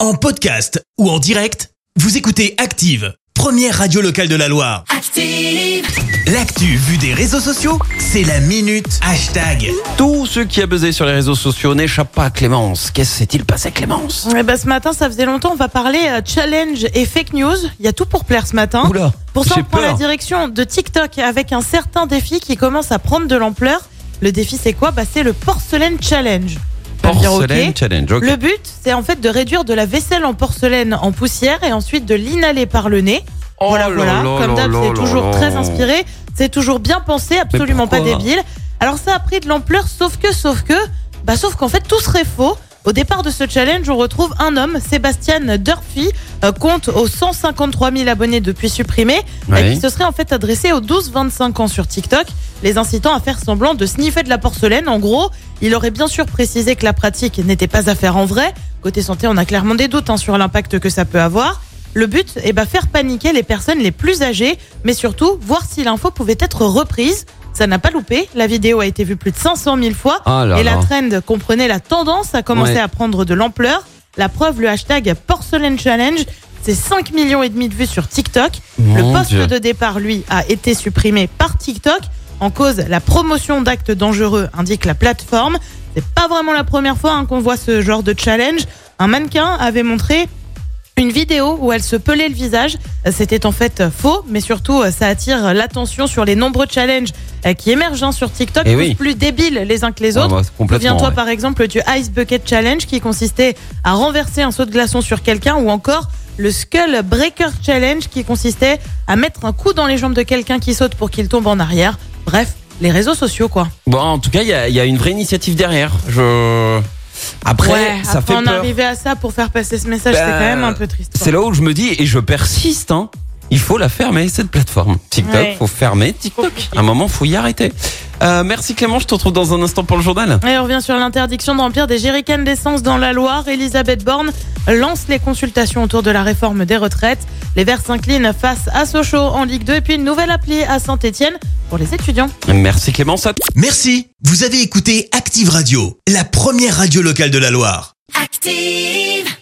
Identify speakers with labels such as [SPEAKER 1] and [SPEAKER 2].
[SPEAKER 1] En podcast ou en direct, vous écoutez Active, première radio locale de la Loire.
[SPEAKER 2] Active.
[SPEAKER 1] L'actu vue des réseaux sociaux, c'est la minute hashtag.
[SPEAKER 3] Tout ce qui a buzzé sur les réseaux sociaux n'échappe pas à Clémence. Qu'est-ce qui s'est-il passé, Clémence
[SPEAKER 4] Eh ben, ce matin, ça faisait longtemps, on va parler euh, challenge et fake news. Il y a tout pour plaire ce matin.
[SPEAKER 3] Oula,
[SPEAKER 4] Hein pour ça,
[SPEAKER 3] j'ai
[SPEAKER 4] on prend la
[SPEAKER 3] peur.
[SPEAKER 4] direction de TikTok avec un certain défi qui commence à prendre de l'ampleur. Le défi, c'est quoi bah, C'est le porcelaine challenge. On va me dire, ok.
[SPEAKER 3] Porcelaine challenge. ok.
[SPEAKER 4] Le but, c'est en fait de réduire de la vaisselle en porcelaine en poussière et ensuite de l'inhaler par le nez.
[SPEAKER 3] Oh
[SPEAKER 4] voilà,
[SPEAKER 3] là
[SPEAKER 4] voilà.
[SPEAKER 3] là là
[SPEAKER 4] Comme d'hab,
[SPEAKER 3] là
[SPEAKER 4] c'est
[SPEAKER 3] là
[SPEAKER 4] toujours
[SPEAKER 3] là.
[SPEAKER 4] très inspiré. C'est toujours bien pensé, absolument pas
[SPEAKER 3] pourquoi
[SPEAKER 4] débile. Alors ça a pris de l'ampleur, sauf que, sauf que, bah sauf qu'en fait tout serait faux. Au départ de ce challenge, on retrouve un homme, Sébastien Durfy, euh, compte aux 153 000 abonnés depuis supprimé, euh,
[SPEAKER 3] Ouais.
[SPEAKER 4] qui se serait en fait adressé aux 12-25 ans sur TikTok, les incitant à faire semblant de sniffer de la porcelaine. En gros, il aurait bien sûr précisé que la pratique n'était pas à faire en vrai. Côté santé, on a clairement des doutes hein, sur l'impact que ça peut avoir. Le but, eh ben, faire paniquer les personnes les plus âgées, mais surtout voir si l'info pouvait être reprise. Ça n'a pas loupé. La vidéo a été vue plus de 500 000 fois.
[SPEAKER 3] Ah là
[SPEAKER 4] et la
[SPEAKER 3] là.
[SPEAKER 4] trend comprenait la tendance à commencer
[SPEAKER 3] Ouais.
[SPEAKER 4] à prendre de l'ampleur. La preuve, le hashtag Porcelain Challenge, c'est 5 millions et demi de vues sur TikTok.
[SPEAKER 3] Mon
[SPEAKER 4] le poste
[SPEAKER 3] Dieu.
[SPEAKER 4] de départ, lui, a été supprimé par TikTok. En cause, la promotion d'actes dangereux, indique la plateforme. C'est pas vraiment la première fois hein, qu'on voit ce genre de challenge. Un mannequin avait montré une vidéo où elle se pelait le visage. Euh, C'était en fait euh, faux, mais surtout euh, ça attire l'attention sur les nombreux challenges euh, qui émergent hein, sur TikTok,
[SPEAKER 3] Eh
[SPEAKER 4] tous
[SPEAKER 3] oui.
[SPEAKER 4] plus débiles les uns que les
[SPEAKER 3] Ah
[SPEAKER 4] autres.
[SPEAKER 3] bah, c'est complètement,
[SPEAKER 4] Souviens-toi
[SPEAKER 3] ouais.
[SPEAKER 4] par exemple du Ice Bucket Challenge qui consistait à renverser un saut de glaçon sur quelqu'un ou encore le Skull Breaker Challenge qui consistait à mettre un coup dans les jambes de quelqu'un qui saute pour qu'il tombe en arrière. Bref, les réseaux sociaux quoi.
[SPEAKER 3] Bon, en tout cas, il y, a- il y a une vraie initiative derrière. Je... Après,
[SPEAKER 4] Ouais,
[SPEAKER 3] ça
[SPEAKER 4] après
[SPEAKER 3] fait
[SPEAKER 4] en
[SPEAKER 3] peur.
[SPEAKER 4] arriver à ça pour faire passer ce message,
[SPEAKER 3] Bah,
[SPEAKER 4] c'est quand même un peu triste. quoi.
[SPEAKER 3] C'est là où je me dis, et je persiste, hein, il faut la fermer, cette plateforme. TikTok,
[SPEAKER 4] Ouais.
[SPEAKER 3] faut fermer TikTok.
[SPEAKER 4] Compliqué.
[SPEAKER 3] À un moment, faut y arrêter. Euh, merci Clément, je te retrouve dans un instant pour le journal.
[SPEAKER 4] Et on revient sur l'interdiction de remplir des jerrycans d'essence dans la Loire. Elisabeth Borne lance les consultations autour de la réforme des retraites. Les Verts s'inclinent face à Sochaux en Ligue 2 et puis une nouvelle appli à Saint-Etienne pour les étudiants.
[SPEAKER 3] Merci Clément, ça
[SPEAKER 1] Merci, vous avez écouté Active Radio, la première radio locale de la Loire.
[SPEAKER 2] Active.